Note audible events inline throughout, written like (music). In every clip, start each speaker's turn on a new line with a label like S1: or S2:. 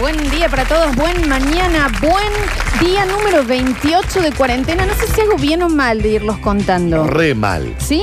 S1: buen día para todos, buen mañana, buen día número 28 de cuarentena. No sé si hago bien o mal de irlos contando.
S2: Re mal.
S1: ¿Sí?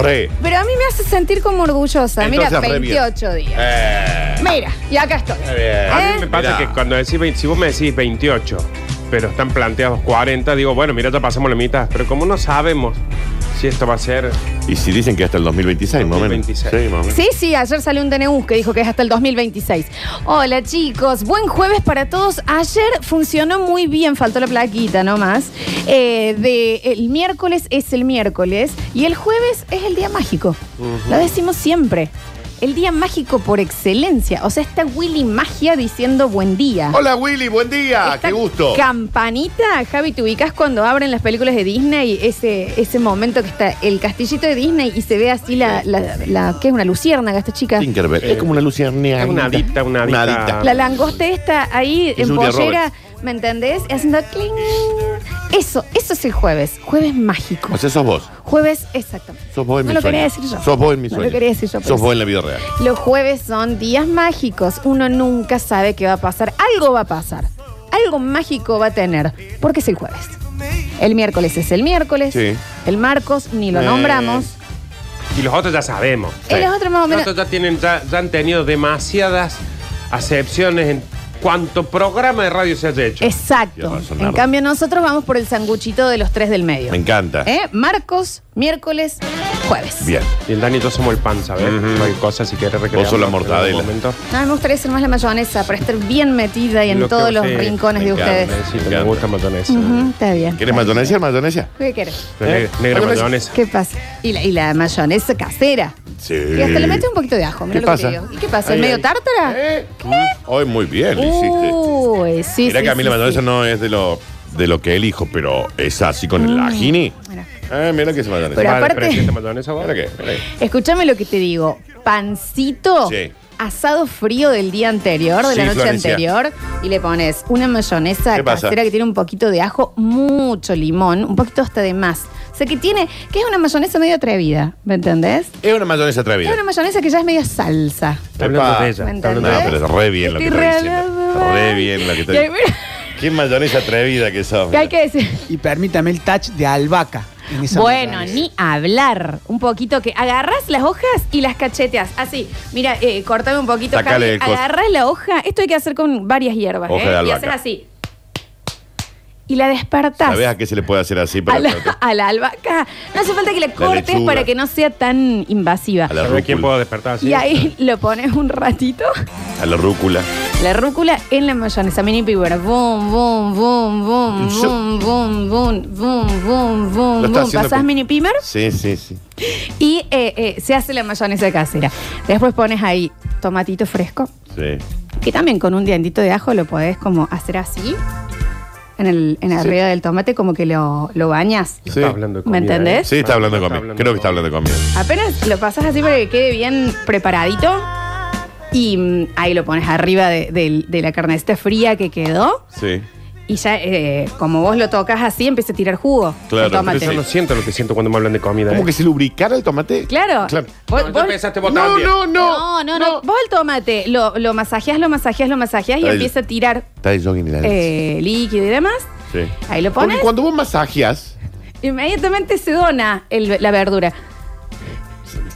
S2: Re.
S1: Pero a mí me hace sentir como orgullosa. Mira,
S2: Entonces, re bien.
S1: 28 días.
S2: Eh,
S1: Mira, y acá estoy.
S2: bien.
S3: A
S1: ¿Eh?
S3: mí me pasa
S2: Mirá.
S3: que cuando decís, vein- si vos me decís 28, pero están planteados 40, digo, bueno, mira, ya pasamos la mitad. Pero como no sabemos si esto va a ser.
S2: Y si dicen que hasta el 2026, más o menos.
S3: 2026.
S2: Sí, más o menos.
S1: Sí, sí, ayer salió un DNU que dijo que es hasta el 2026. Hola chicos, buen jueves para todos. Ayer funcionó muy bien, faltó la plaquita nomás. Eh, de, el miércoles es el miércoles y el jueves es el día mágico. Lo decimos siempre. El día mágico por excelencia. O sea, está Willy Magia diciendo buen día.
S2: Hola Willy, buen día.
S1: Esta
S2: Ah, Qué gusto.
S1: Campanita, Javi, te ubicas cuando abren las películas de Disney, ese, ese momento que está el castillito de Disney y se ve así la, la, la- ¿qué es una luciérnaga esta chica?
S2: Tinkerbell. es como una luciérnaga.
S3: Es una adicta, una
S2: Una
S3: adicta.
S2: adicta.
S1: La langosta está ahí
S2: Es
S1: en
S2: Julia
S1: pollera,
S2: Roberts.
S1: ¿me entendés? Y haciendo cling. Eso, eso es el jueves, jueves mágico.
S2: O sea, sos vos.
S1: Jueves, exacto.
S2: Sos vos en
S1: no
S2: mi
S1: lo
S2: sueño.
S1: quería decir yo.
S2: Sos vos en mi
S1: No
S2: sueño.
S1: lo quería decir yo. pero
S2: Sos vos en la vida real.
S1: Los jueves son días mágicos. Uno nunca sabe qué va a pasar. Algo va a pasar. Algo mágico va a tener. Porque es el jueves. El miércoles es el miércoles.
S2: Sí.
S1: El Marcos ni lo
S2: Eh.
S1: nombramos.
S3: Y los otros ya sabemos.
S2: Sí.
S1: El otro más o
S3: Los
S1: menos.
S3: otros ya, tienen, ya, ya han tenido demasiadas acepciones en cuanto programa de radio se haya hecho.
S1: Exacto.
S2: Tienes razón,
S1: En
S2: Nardo.
S1: cambio, nosotros vamos por el sanguchito de los tres del medio.
S2: Me encanta.
S1: ¿Eh? Marcos, miércoles, jueves.
S2: Bien.
S3: Y el Dani y yo somos el pan, ¿sabes? No hay cosas si quieres recrear.
S2: sos la mortadela.
S1: No, Ah, me gustaría ser más la mayonesa para estar bien metida y en todos los rincones
S2: me
S1: de
S2: encanta.
S1: ustedes.
S3: me gusta mayonesa.
S1: Ujú, está bien.
S2: ¿Quieres mayonesa, mayonesa?
S1: ¿Qué querés?
S3: La neg-
S2: ¿Eh?
S3: Negra
S2: Mayonesa.
S3: mayonesa.
S1: ¿Qué pasa? Y la, y la mayonesa casera.
S2: Sí.
S1: Y hasta le metes un poquito de ajo, mira
S2: Eh, ¿Qué
S1: lo que te
S2: pasa?
S1: digo. ¿Y qué pasa? ¿Es
S3: Ahí,
S1: medio
S3: ahí.
S1: tártara?
S2: ¿Eh? Hoy muy bien
S1: Uh,
S2: lo
S1: Uy,
S2: hiciste.
S1: sí,
S2: Mirá
S1: sí,
S2: que a mí
S1: sí,
S2: la mayonesa
S1: sí.
S2: no es de lo, de lo que elijo, pero es así con el ajini.
S1: Mira.
S2: Ah, mira que se mayonesa.
S1: Mm, Pero
S3: Vale,
S1: aparte-
S3: ¿presidente mayonesa vos?
S2: Mira que, mira que-
S1: Escúchame lo que te digo. Pancito
S2: Sí.
S1: asado frío del día anterior, de
S2: Sí,
S1: la noche
S2: Florencia.
S1: anterior, y le pones una mayonesa
S2: ¿Qué pasa?
S1: casera que tiene un poquito de ajo, mucho limón, un poquito hasta de más. O sea que tiene, que es una mayonesa medio atrevida, ¿me entendés?
S2: Es una mayonesa atrevida.
S1: Es una mayonesa que ya es medio salsa.
S3: Está hablando
S2: Epa.
S3: de ella.
S1: ¿Me
S3: está
S2: No,
S3: hablando de ella.
S2: pero es re bien lo que
S1: Estoy
S2: estoy
S1: re-
S2: diciendo. Re bien lo
S1: Y
S2: que
S1: ahí,
S2: estoy
S1: mira,
S2: Qué mayonesa atrevida que sos.
S1: que hay que decir.
S4: Y permítame el touch de albahaca. en esa
S1: Bueno,
S4: mayonesa.
S1: ni hablar. Un poquito que agarras las hojas y las cacheteas. Así, mira, eh, cortame un poquito.
S2: Sacale
S1: Javi.
S2: el coso.
S1: Agarras la hoja. Esto hay que hacer con varias hierbas.
S2: Hoja
S1: ¿eh?
S2: de
S1: y
S2: albahaca.
S1: haces así. Y la despertás.
S2: ¿Sabés a qué se le puede hacer así? Pero
S1: A la, (laughs) a la albahaca. No hace falta que la cortes
S2: lechuga.
S1: para que no sea tan invasiva.
S2: A la
S3: ¿Sabés quién
S2: rúcula.
S3: puedo despertar así?
S1: Y
S2: (laughs)
S1: ahí lo pones un ratito.
S2: A la rúcula.
S1: La rúcula en la mayonesa. Mini piber. Boom, boom, boom, boom,
S2: Yo-
S1: boom, boom, boom, boom, boom,
S2: Lo
S1: boom, boom.
S2: está haciendo
S1: Pasás
S2: con-
S1: mini piber.
S2: Sí, sí, sí.
S1: Y eh, eh, se hace la mayonesa casera. Después pones ahí tomatito fresco,
S2: Sí.
S1: que también con un dientito de ajo lo podés como hacer así, en, el, en arriba del tomate, como que lo, lo bañas. (laughs)
S3: Está hablando de
S1: ¿Me
S3: comida, ¿eh?
S1: entendés?
S2: Sí, está hablando
S3: Está
S2: conmigo.
S3: hablando
S2: Creo que está hablando conmigo.
S1: Apenas lo pasas así para que quede bien preparadito. Y mm, ahí lo pones arriba de, del- de la carnecita fría que quedó.
S2: Sí.
S1: Y ya, eh, como vos lo tocas así, empieza a tirar jugo.
S2: Claro,
S1: el tomate.
S3: Yo
S2: sí.
S3: no siento lo que siento cuando me hablan de comida.
S2: ¿Cómo
S3: ¿eh?
S2: que se lubricara el tomate?
S1: Claro. Vos-
S3: No, ya
S1: vos-
S3: pensaste vos
S2: No,
S3: también.
S2: no,
S1: No, no, no, Vos el tomate lo, lo masajeas, lo masajeas, lo masajeas y
S2: Ahí.
S1: empieza a tirar
S2: Está el jogging en la
S1: eh, líquido y demás.
S2: Sí.
S1: Ahí lo
S2: Porque
S1: pones.
S2: cuando vos masajeas,
S1: Inmediatamente se dona el- la verdura.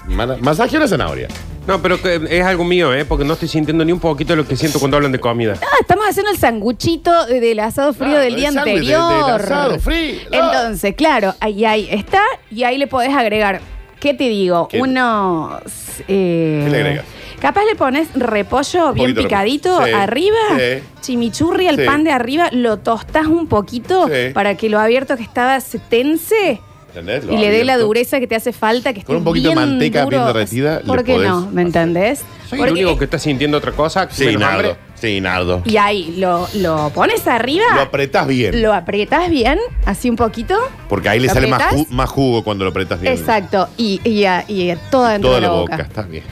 S2: mana- masajea una zanahoria.
S3: No, pero que es algo mío, ¿eh? Porque no estoy sintiendo ni un poquito lo que siento cuando hablan de
S1: (laughs)
S3: comida.
S1: Ah, estamos haciendo el sanguchito de- del asado frío
S2: Claro,
S1: del día
S2: el sándwich de-
S1: anterior.
S2: del asado frío.
S1: Entonces, claro, ahí, ahí está y ahí le podés agregar, ¿qué te digo?
S2: ¿Qué?
S1: Unos... eh,
S2: ¿Qué le agregas?
S1: Capaz le pones repollo
S2: Un
S1: bien
S2: poquito de
S1: picadito
S2: repollo. Sí,
S1: arriba,
S2: sí.
S1: chimichurri al
S2: Sí.
S1: pan de arriba, lo tostás un poquito
S2: Sí.
S1: para que lo abierto que estaba se tense.
S2: ¿Entendés? Lo
S1: Y le dé la
S2: abierto.
S1: dureza que te hace falta, que esté
S2: Con un poquito de
S1: bien
S2: manteca
S1: duro.
S2: bien derretida, le
S1: ¿Por qué
S2: podés
S1: no? ¿Me
S2: hacer.
S1: entendés?
S3: Soy el
S1: Porque-
S3: único que está sintiendo otra cosa. que
S2: Sí,
S3: menos hambre.
S2: Nardo. Sí, Nardo.
S1: Y ahí lo, lo pones arriba,
S2: Lo
S1: lo,
S2: apretás bien.
S1: apretas bien, así un poquito.
S2: Porque ahí le
S1: ¿Lo
S2: sale más,
S1: apretás?
S2: ju- más jugo cuando lo apretas bien.
S1: Exacto. Y, y, a- y a toda dentro
S2: Toda
S1: de
S2: la boca.
S1: boca.
S2: Está bien.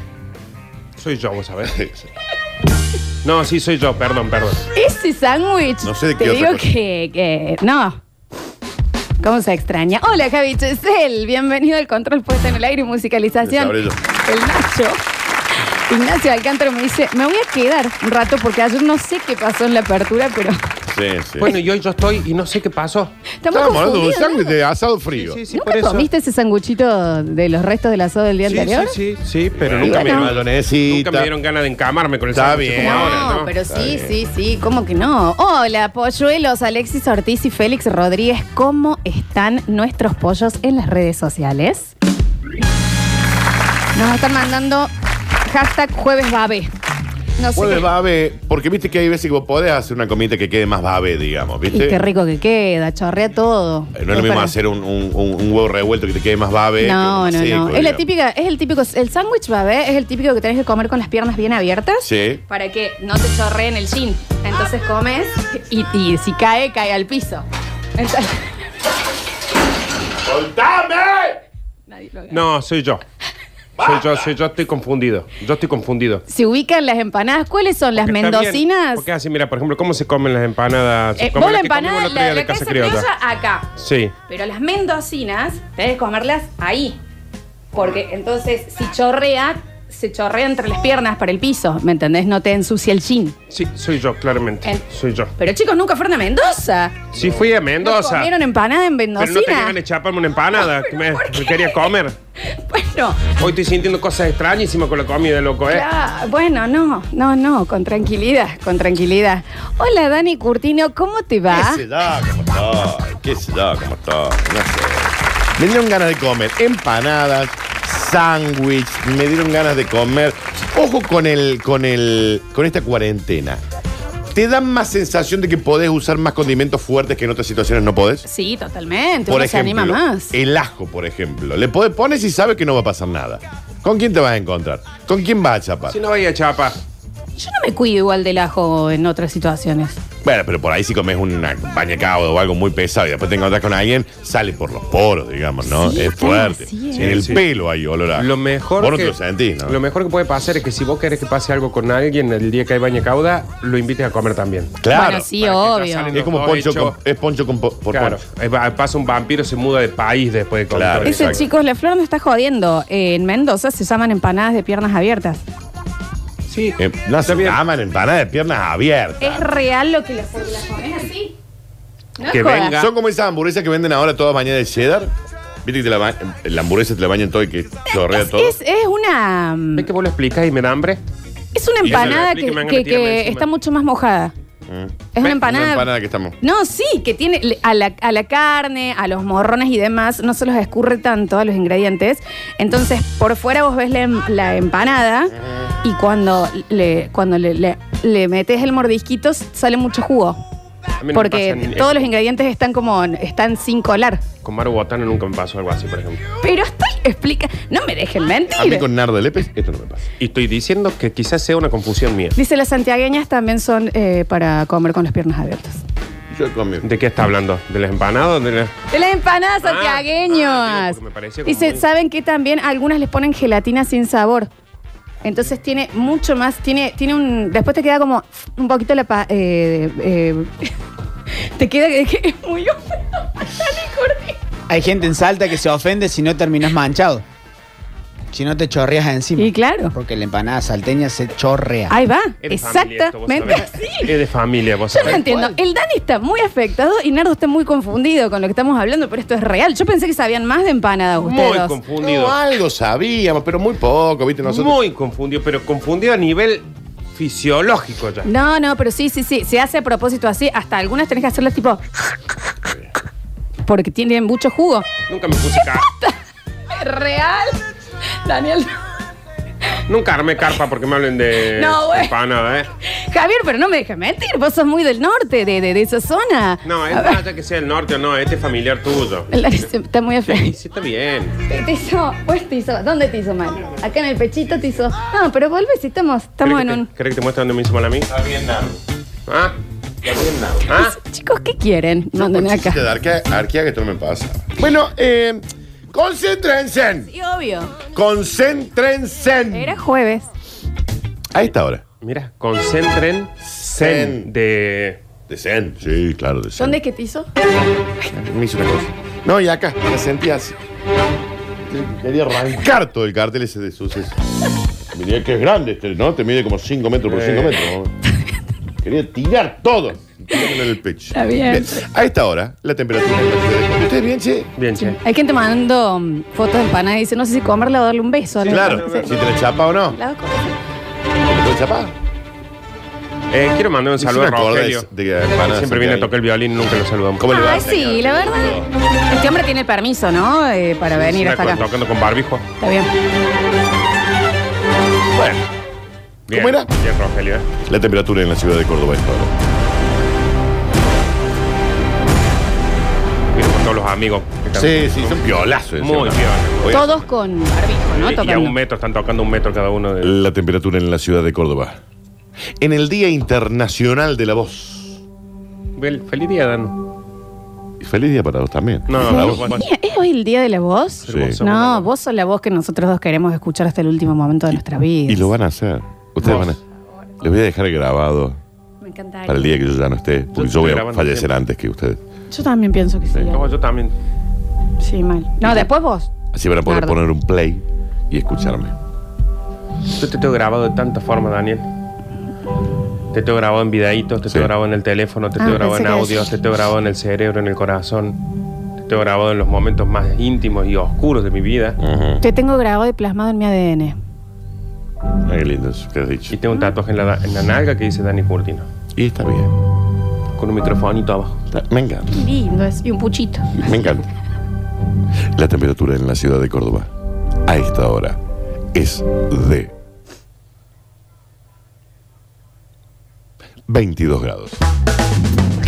S3: Soy yo, vos sabés. No, sí, soy yo, perdón, perdón.
S1: Ese sándwich.
S2: No sé de qué
S1: Te
S2: otra
S1: digo
S2: cosa.
S1: que, que. No. ¿Cómo se extraña? Hola, Javi Chesel. Bienvenido al control puesto en el aire y musicalización.
S2: Les
S1: El
S2: abrí yo.
S1: Nacho. Ignacio Alcántara me dice, me voy a quedar un rato porque ayer no sé qué pasó en la apertura, pero
S2: Sí, sí.
S3: Bueno, y hoy yo estoy y no sé qué pasó.
S1: estamos
S2: Estamos hablando de un
S1: confundidos.
S2: sándwich
S1: ¿no?
S2: de asado frío.
S3: Sí, sí, sí, por
S1: ¿Nunca
S3: eso.
S1: comiste ese sanguchito de los restos del asado del día
S3: Sí,
S1: anterior?
S3: sí, sí, sí, pero
S2: Bueno,
S3: nunca,
S1: bueno.
S3: me,
S2: mayonesita.
S3: nunca me dieron ganas de encamarme con el
S2: Está
S3: sándwich como
S2: bien.
S3: ahora,
S1: No,
S3: ¿no?
S1: pero
S2: Eh, Está
S1: sí,
S2: bien.
S1: sí, sí, ¿cómo que no? Hola, polluelos, Alexis Ortiz y Félix Rodríguez, ¿cómo están nuestros pollos en las redes sociales? Nos están mandando hashtag jueves babe. No sé
S2: Jueves
S1: qué-
S2: babe, porque viste que hay veces que vos podés hacer una comida que quede más babe, digamos,
S1: Y
S2: ¿viste?
S1: qué rico que queda, chorrea todo.
S2: Eh, No es lo mismo
S1: para-
S2: hacer un, un- un- un huevo revuelto que te quede más babe.
S1: No,
S2: que
S1: no,
S2: un seco,
S1: no. Es la
S2: digamos.
S1: típica, es el típico, el sándwich babe es el típico que tenés que comer con las piernas bien abiertas.
S2: Sí.
S1: Para que no te chorreen el jean. Entonces comes y, y si cae, cae al piso. Entonces- (laughs)
S2: ¡Soltame!
S1: Nadie lo gana.
S3: No, soy yo. Soy yo, soy yo, estoy confundido. Yo estoy confundido.
S1: Se ubican las empanadas. ¿Cuáles son las
S3: Porque está bien,
S1: mendocinas?
S3: Porque así, mira, por ejemplo, ¿cómo se comen las empanadas?
S1: Eh,
S3: Como
S1: vos la
S3: que comimos
S1: empanada,
S3: el otro día
S1: la,
S3: de
S1: la casa criolla, acá.
S3: Sí.
S1: Pero las mendocinas, tenés que comerlas ahí. Porque entonces, si chorrea, se chorrea entre las piernas para el piso. ¿Me entendés? No te ensucia el jean.
S3: Sí, soy yo, claramente.
S1: El-
S3: Soy yo.
S1: Pero chicos, nunca fueron a Mendoza.
S3: Sí, fui a
S1: ¿No
S3: Mendoza.
S1: comieron empanada en
S3: pero no tenía
S1: Mendocina?
S3: ganas de chaparme una empanada.
S1: No,
S3: que
S1: pero
S3: me,
S1: ¿por qué?
S3: me quería comer.
S1: (laughs) bueno,
S3: Hoy estoy sintiendo cosas extrañísimas con la comida, loco, ¿eh?
S1: ya, bueno, no, no, no, con tranquilidad, con tranquilidad. Hola, Dani Curtino, ¿cómo te va?
S2: ¿Qué se da? ¿Cómo está? ¿Qué se da? ¿Cómo está? No sé. Me dieron ganas de comer empanadas, sándwich, me dieron ganas de comer. Ojo con el, con el, con esta cuarentena. ¿Te da más sensación de que podés usar más condimentos fuertes que en otras situaciones no podés?
S1: Sí, totalmente,
S2: Por
S1: uno se
S2: ejemplo,
S1: anima más.
S3: eh,
S2: el ajo, por ejemplo. Le podés poner si sabes que no va a pasar nada. ¿Con quién te vas a encontrar? ¿Con quién vas a chapar?
S3: Si no vaya a chapa.
S1: Yo no me cuido igual del ajo en otras situaciones.
S2: Bueno, pero por ahí si comes una baña o algo muy pesado y después te encontrás con alguien, sale por los poros, digamos, ¿no?
S1: Sí,
S2: es
S1: está,
S2: fuerte.
S1: así es.
S2: En el
S3: Sí.
S2: pelo hay olor a...
S3: Lo mejor,
S2: Vos no
S3: que,
S2: te lo sentís, ¿no?
S3: lo mejor que puede pasar es que si vos querés que pase algo con alguien el día que hay baña cauda, lo invites a comer también.
S2: Claro.
S1: Bueno, sí,
S3: Para que ya
S1: obvio.
S3: salen
S2: Es como
S3: Los dos
S2: poncho
S3: hechos.
S2: con, es poncho con po- por
S3: claro,
S2: poncho.
S3: eh, va- pasa un vampiro, se muda de país después de comer.
S2: Claro.
S1: Ese
S3: Exacto.
S1: chicos, la flor no está jodiendo. Eh, En Mendoza se llaman empanadas de piernas abiertas.
S3: Sí,
S2: Eh, no
S3: Está
S2: se
S3: bien.
S2: aman empanadas de piernas abiertas.
S1: Es real lo que las las comes así. No es
S3: Que
S1: joda.
S3: venga.
S2: Son como esas hamburguesas que venden ahora todas bañadas de cheddar. Viste que te la, ba- la hamburguesa te la bañan todo y que chorrea todo.
S1: Es, es una
S3: ¿Ves que vos lo explicás y me da hambre?
S1: es una
S2: Y eso
S1: empanada
S3: le
S1: que,
S3: explique, me van a
S1: que-
S3: meter
S1: que
S3: encima.
S1: está mucho más mojada.
S2: Mm.
S1: Es una
S3: Una
S1: empanada.
S2: Una empanada que estamos...
S1: No, sí, que tiene le- a la, a la carne, a los morrones y demás, no se los escurre tanto a los ingredientes. Entonces, por fuera vos ves la, em- la empanada y cuando le, cuando le, le- le metes el mordisquito s- sale mucho jugo.
S3: A mí no me
S1: Porque
S3: pasa ni-
S1: todos los ingredientes están como están sin colar.
S3: Con Maru Botana nunca me pasó algo así, por ejemplo.
S1: Pero estoy explica, no me dejen
S2: A mí
S1: mentir.
S2: con Nardo Lépez esto no me pasa.
S3: Y estoy diciendo que quizás sea una confusión mía.
S1: Dice las santiagueñas también son eh, para comer con las piernas abiertas.
S2: Yo he comido.
S3: ¿De qué está hablando? ¿De las empanadas? o De las...
S1: De las empanadas
S3: Ah, ah, digo,
S1: santiagueñas.
S3: porque me parecía como
S1: Dice,
S3: muy-
S1: ¿saben que también algunas les ponen gelatina sin sabor? Entonces tiene mucho más, tiene, tiene un. Después te queda como un poquito la pa- eh, eh, (laughs) te queda que que es muy (laughs) húmedo. Dani Corti.
S4: Hay gente en Salta que se ofende si no terminas manchado. Si no te chorreas encima.
S1: Y claro.
S4: Porque la empanada salteña se chorrea.
S1: Ahí va.
S3: Es de familia esto, vos
S1: Exactamente
S3: (laughs) sabés.
S1: (laughs) así.
S3: Es de familia, vos
S1: Yo no
S3: sabés.
S1: entiendo. El Dani está muy afectado y Nardo está muy confundido con lo que estamos hablando, pero esto es real. Yo pensé que sabían más de empanadas
S3: Muy
S1: ustedes. dos.
S3: confundido.
S2: No, algo sabíamos, pero muy poco, ¿viste? Nosotros.
S3: Muy confundido, pero confundido a nivel fisiológico ya.
S1: No, no, pero sí, sí, sí. Se hace a propósito así. Hasta algunas tenés que hacerlas tipo. Porque tienen mucho jugo.
S3: Nunca me puse carpa.
S1: Real. Daniel. (laughs)
S3: Nunca armé carpa porque me hablen de
S1: No, güey.
S3: empanada, ¿eh?
S1: Javier, pero no me dejes mentir. Vos sos muy del norte, de, de, de esa zona.
S3: No, es
S1: A ver,
S3: más allá que sea el norte o no, este es familiar tuyo.
S1: (laughs) el Dani se- está muy (laughs)
S3: Sí,
S1: afectado.
S3: sí, está bien.
S1: Te, te hizo, pues te hizo, ¿dónde te hizo mal? Acá en el pechito te hizo. No, pero vuelve si estamos, estamos
S3: ¿Querés
S1: en
S3: que
S1: un.
S3: te- ¿Querés que te muestre dónde me hizo mal a mí? Está bien, ¿Ah? Está bien, ¿Ah? pues,
S1: Chicos, ¿qué quieren?
S2: Yo
S1: Mándame
S2: con chiste
S1: acá.
S2: de arquea- arquea que esto no me pasa. Bueno, eh, concéntrense.
S1: Y obvio.
S2: Concéntrense.
S1: Era jueves.
S2: A esta hora.
S3: Mira, concentren
S2: Zen.
S3: zen de...
S2: De Zen. Sí, claro, de Zen.
S1: ¿Dónde es que te hizo?
S2: Me hizo una cosa. No, y acá, me sentí así. Quería arrancar todo el cartel ese de suceso. Mirá que es grande este, ¿no? Te mide como 5 metros por
S3: Eh.
S2: 5 metros. ¿no? Quería tirar todo. Tirármelo en el pecho.
S1: Está bien.
S2: A esta hora, la temperatura. en la ciudad de Córdoba. ¿Ustedes bien, che?
S3: Bien, che.
S1: Hay gente mandando mm, fotos de empanada y dice, no sé si comerla o darle un beso. a la
S2: Claro.
S1: empanada.
S2: Si te la chapa o no.
S1: Las dos cosas.
S2: ¿Te la chapa?
S3: Eh, quiero mandar un
S2: Sí,
S3: saludo a
S2: me acordé
S3: Rogelio.
S2: de- de que Pana
S3: Siempre
S2: se
S3: viene a
S2: cae.
S3: tocar el violín, nunca lo saludamos.
S2: ¿Cómo le va?
S1: Ay, sí, la verdad. Este hombre tiene el permiso, ¿no? Eh, para venir
S3: Siempre
S1: hasta acá.
S3: Tocando con barbijo.
S1: Está bien.
S3: Bueno. Bien,
S2: ¿Cómo era?
S3: Bien, Rogelio, ¿eh?
S2: La temperatura en la ciudad de Córdoba es todo.
S3: Vino con todos los amigos. que están-
S2: Sí, sí, son piolazos. ese,
S3: Muy
S2: ¿no?
S3: piola.
S2: Oye,
S1: Todos con barbijo, ¿no?
S3: Y- Y a un
S1: Tocando.
S3: metro, están tocando un metro cada uno. De...
S2: La temperatura en la ciudad de Córdoba. En el Día Internacional de la Voz.
S3: Fel- Feliz día, Dan.
S2: Y feliz día para vos también.
S3: No,
S2: la
S3: no,
S2: voz.
S3: no.
S1: Mira, ¿Es hoy el día de la voz?
S2: Sí.
S3: Vos sos una-
S1: No, vos sos la voz que nosotros dos queremos escuchar hasta el último momento de nuestra vida.
S2: Y lo van a hacer. Ustedes
S3: Vos.
S2: van a. Les voy a dejar grabado
S1: Me
S2: para el
S1: encantaría.
S2: día que yo ya no esté. Porque
S3: estoy
S2: yo voy a
S3: grabando
S2: fallecer
S3: siempre.
S2: antes que ustedes.
S1: Yo también pienso que sí.
S3: No, yo también.
S1: Sí, mal. No, después vos.
S2: Así van a poder
S1: Nardo.
S2: poner un play y escucharme.
S3: Yo te tengo grabado de tantas formas, Daniel. Te tengo grabado en videitos, te
S2: Sí.
S3: tengo grabado en el teléfono, te
S1: Ah,
S3: tengo grabado
S1: pensé
S3: en
S1: que
S3: audios,
S1: sí.
S3: te tengo grabado en el cerebro, en el corazón. Te tengo grabado en los momentos más íntimos y oscuros de mi vida.
S2: Ajá.
S1: Te tengo grabado y plasmado en mi ADN.
S2: Ay, qué lindo eso que has dicho.
S3: Y tengo un tatuaje en la, en la nalga que dice Dani Curtino.
S2: Y está bien.
S3: Con un microfonito abajo.
S2: Está- Me encanta.
S1: Lindo es. Y un puchito.
S2: Me encanta. La temperatura en la ciudad de Córdoba a esta hora es de 22 grados.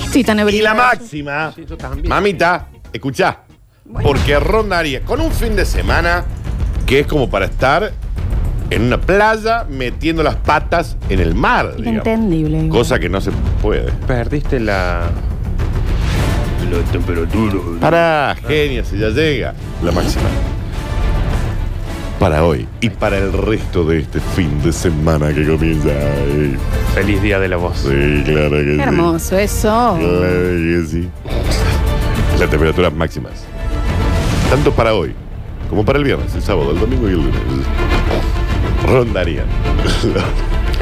S1: Estoy tan
S2: Y la
S1: abrigada.
S2: máxima,
S3: Sí, yo también.
S2: mamita, escuchá, porque rondaría con un fin de semana que es como para estar en una playa metiendo las patas en el mar, digamos.
S1: Entendible. igual.
S2: Cosa que no se puede.
S3: Perdiste la. La temperatura.
S2: Para, genia, si ya llega la máxima. Para hoy y para el resto de este fin de semana que comienza. Ay,
S3: Feliz día de la voz.
S2: Sí, claro que
S1: Qué
S2: sí.
S1: hermoso eso.
S2: Claro que sí. Las temperaturas máximas. Tanto para hoy como para el viernes, el sábado, el domingo y el lunes. Rondarían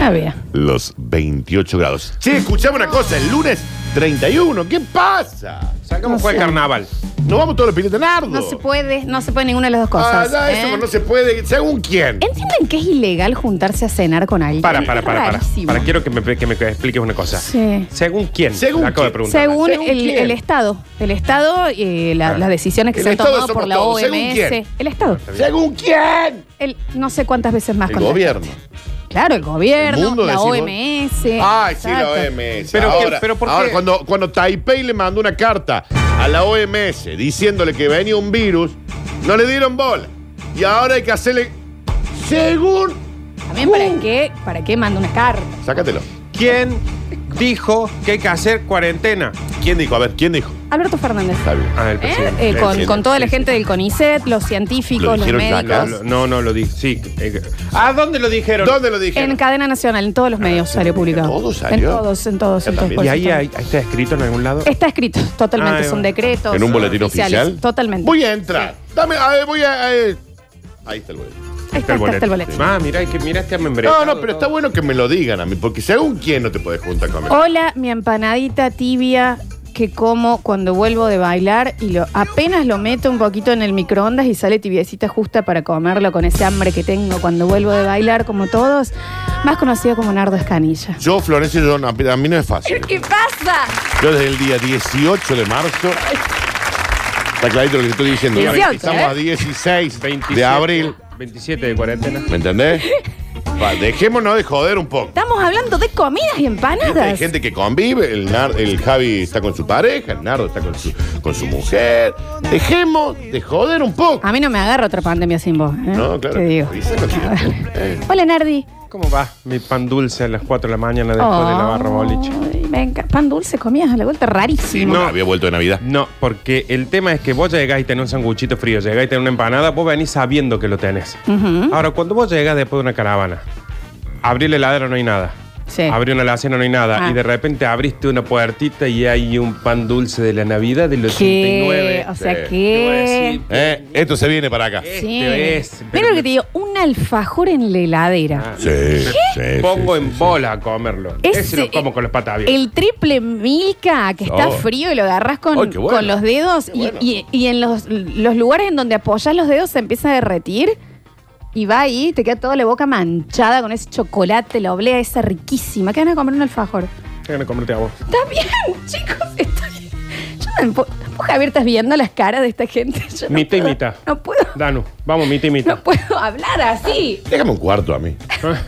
S1: A ver.
S2: los 28 grados. Che, escuchame una cosa, el lunes 31, ¿qué pasa?
S3: Sacamos
S1: No
S3: fue
S1: sé.
S3: carnaval.
S2: Nos vamos todos los pilotos Nardo.
S1: No se puede, no se puede ninguna de las dos
S2: Ah,
S1: cosas.
S2: ya,
S1: ¿eh?
S2: eso pues, no se puede. ¿Según quién?
S1: ¿Entienden que es ilegal juntarse a cenar con alguien?
S3: Para, para, para, para.
S1: Rarísimo.
S3: Para, quiero que me, que me expliques una cosa.
S1: Sí.
S3: ¿Según quién?
S2: Según
S3: La acabo de
S2: quién.
S3: preguntar.
S1: Según,
S2: ¿Según
S1: el,
S2: quién?
S1: el Estado. El Estado, eh, la-
S3: Ah.
S1: las decisiones que
S2: El
S1: se han
S2: Estado
S1: tomado
S2: somos
S1: por la
S2: todos.
S1: OMS.
S2: ¿Según quién?
S1: El Estado.
S2: ¿Según quién?
S1: El, no sé cuántas veces más.
S2: El
S1: Ah, con-
S2: gobierno.
S1: Claro, el gobierno,
S2: El mundo,
S1: la
S2: decís vos.
S1: OMS.
S2: Ay, sí, la
S1: Exacto.
S2: OMS.
S3: Pero que-
S2: ahora,
S3: pero ¿por qué?
S2: ahora, cuando, cuando Taipei le mandó una carta a la OMS diciéndole que venía un virus, no le dieron bola. Y ahora hay que hacerle. Según.
S1: También
S2: Uh.
S1: para qué, para qué manda una carta.
S2: Sácatelo.
S3: ¿Quién dijo que hay que hacer cuarentena?
S2: ¿Quién dijo? A ver, ¿quién dijo?
S1: Alberto Fernández.
S2: Está bien.
S3: Ah, el
S1: ¿Eh?
S3: presidente.
S1: Eh,
S3: El
S1: con,
S2: presidente.
S1: con toda la gente del CONICET, los
S2: Lo
S1: científicos, los
S2: dijeron ya
S1: médicos.
S2: acá.
S3: Lo- No, no, lo dije. Sí. eh, ¿A dónde lo dijeron?
S2: ¿Dónde lo
S1: En
S2: dijeron? Ah,
S1: cadena nacional, en todos los medios salió publicado.
S2: todos salió?
S1: En todos, en todos.
S2: Acá
S1: en todos,
S2: también.
S1: por
S3: ¿Y ahí,
S1: supuesto.
S3: hay- ahí está escrito en algún lado?
S1: Está escrito, totalmente.
S3: Ahí va.
S1: Son decretos.
S2: ¿En un boletín
S1: oficiales,
S2: oficial?
S1: Totalmente.
S2: Voy a entrar. Dame, a ver, voy a. eh, Ahí está el boleto.
S1: Ahí está, está, está el boleto.
S3: Ah, mira, hay que mira este membresado.
S2: No, no, pero está bueno que me lo digan a mí, porque según quién no te podés juntar conmigo.
S1: Hola, mi empanadita tibia que como cuando vuelvo de bailar y lo apenas lo meto un poquito en el microondas y sale tibiecita justa para comerlo con ese hambre que tengo cuando vuelvo de bailar como todos, más conocido como Nardo Escanilla.
S2: Yo, Florencia, yo no- a mí no es fácil.
S1: ¿Qué pasa?
S2: Yo desde el día 18 de marzo. Está clarito lo que estoy diciendo.
S1: 18,
S2: Estamos
S1: ¿eh?
S2: a 16
S3: 27,
S2: de abril.
S3: 27 de cuarentena.
S2: ¿Me entendés? Va, dejémonos de joder un poco.
S1: Estamos hablando de comidas y
S2: Hay
S1: empanadas.
S2: gente que convive, el, Nar- el Javi está con su pareja, el Nardo está con su, con su mujer. Dejemos de joder un poco.
S1: A mí no me agarra otra pandemia sin vos. ¿eh?
S2: No, claro.
S1: Te digo.
S2: Avisa con tiempo. Eh,
S1: (laughs) Hola, Nardi.
S3: ¿Cómo va mi pan dulce a las 4 de la mañana después
S1: Oh.
S3: de la barra boliche?
S1: Ay, me enca- Pan dulce comías a la vuelta, rarísimo.
S2: no,
S3: No.
S2: había vuelto de Navidad.
S3: No, porque el tema es que vos llegás y tenés un sanguchito frío, llegás y tenés una empanada, vos venís Ah, sabiendo que lo tenés. Ahora, cuando vos llegás después de una caravana, abrí la heladera, no hay nada.
S1: Sí.
S3: Abrí una alacena, no hay nada.
S1: Ah.
S3: Y de repente abriste una puertita y hay un pan dulce de la Navidad del 89.
S1: ¿Qué? O sea,
S3: Sí.
S1: ¿qué?
S3: Te voy a decir,
S2: Eh, Esto se viene para acá.
S3: Sí.
S1: Sí.
S3: Este es, pero-
S1: Mira lo que te digo, un alfajor en la heladera.
S2: Sí, sí, sí,
S3: Ah. Pongo
S2: sí,
S3: en
S2: sí.
S3: bola a comerlo.
S1: Ese-
S3: Ese, lo como con los patas abiertas.
S1: eh, El triple milka que está
S2: Oh.
S1: frío y lo agarras con,
S2: Ay, qué bueno.
S1: con los dedos
S2: Qué
S1: y,
S2: bueno.
S1: y- y en los, los lugares en donde apoyas los dedos se empieza a derretir y va ahí, te queda toda la boca manchada con ese chocolate, la oblea esa riquísima. ¿Qué van a comprar un alfajor?
S3: Déjame comerte a vos.
S1: Está bien, (laughs) chicos, está bien. Yo tampoco, tampoco, Javier, estás viendo las caras de esta gente. (laughs) Yo no
S3: Mitad y
S1: puedo-
S3: mitad.
S1: No puedo,
S3: Danu, vamos, mitad y mitad.
S1: no puedo hablar así.
S2: Déjame un cuarto a mí.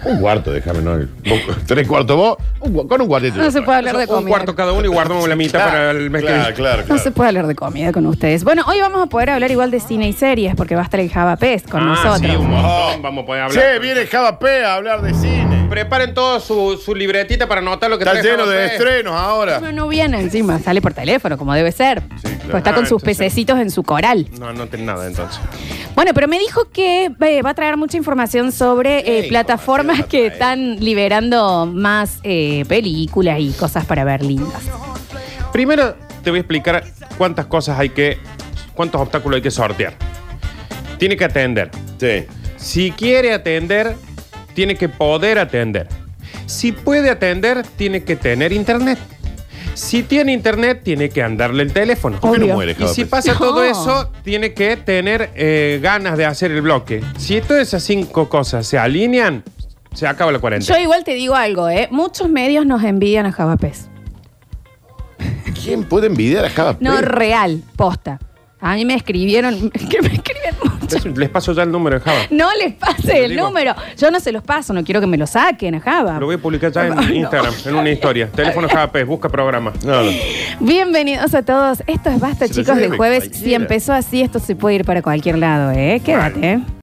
S2: Un cuarto, déjame, ¿no? Vos- Tres cuartos vos, un cu- con un cuartito.
S1: No se puede hablar de
S3: Un
S1: comida.
S3: cuarto cada uno y guardamos la mitad
S2: Claro,
S3: para el mes que
S2: claro,
S3: viene.
S2: claro,
S1: No
S2: claro.
S1: se puede hablar de comida con ustedes. Bueno, hoy vamos a poder hablar igual de cine y series porque va a estar el Java Pest con
S3: Ah,
S1: nosotros.
S3: sí, un montón.
S2: Oh.
S3: Vamos a poder hablar.
S2: Che, viene Javapé a hablar de cine.
S3: Preparen todo su, su libretita para anotar lo que
S2: Está
S3: trae
S2: lleno de
S3: Javapé.
S2: estrenos ahora.
S1: No, no viene encima, sale por teléfono, como debe ser.
S2: claro.
S1: Pues está con
S3: Ah,
S1: sus
S3: entonces-
S1: pececitos en su coral.
S3: No, no tengo nada entonces.
S1: Bueno, pero me dijo que eh, va a traer mucha información sobre
S2: ¿Qué
S1: eh, plataformas
S2: información
S1: que
S2: va a traer?
S1: están liberando más eh, películas y cosas para ver lindas.
S3: Primero te voy a explicar cuántas cosas hay que. cuántos obstáculos hay que sortear. Tiene que atender.
S2: Sí.
S3: Si quiere atender, tiene que poder atender. Si puede atender, tiene que tener internet. Si tiene internet, tiene que andarle el teléfono.
S2: ¿Por qué no
S1: Obvio. pues.
S2: muere
S3: Y
S2: Javapé?
S3: si pasa
S1: No.
S3: todo eso, tiene que tener eh, ganas de hacer el bloque. Si todas esas cinco cosas se alinean, se acaba la
S1: Yo
S3: cuarentena.
S1: igual te digo algo, ¿eh? Muchos medios nos envidian a Javapés.
S2: ¿Quién puede envidiar a Javapé?
S1: No, real, posta. A mí me escribieron, (laughs) que me escriben mucho.
S3: Entonces, Les paso ya el número de Java.
S1: No les pase
S3: Lo
S1: el
S3: digo.
S1: número. Yo no se los paso, no quiero que me lo saquen a Java.
S3: Lo voy a publicar ya en
S1: No.
S3: Instagram, en una historia. Teléfono JP, busca programa.
S2: No, no.
S1: Bienvenidos a todos. Esto es Basta,
S2: Se lo
S1: chicos,
S2: lleve
S1: del jueves. Si
S2: cualquiera.
S1: empezó así, esto se puede ir para cualquier lado, ¿eh? Quédate. ¿eh?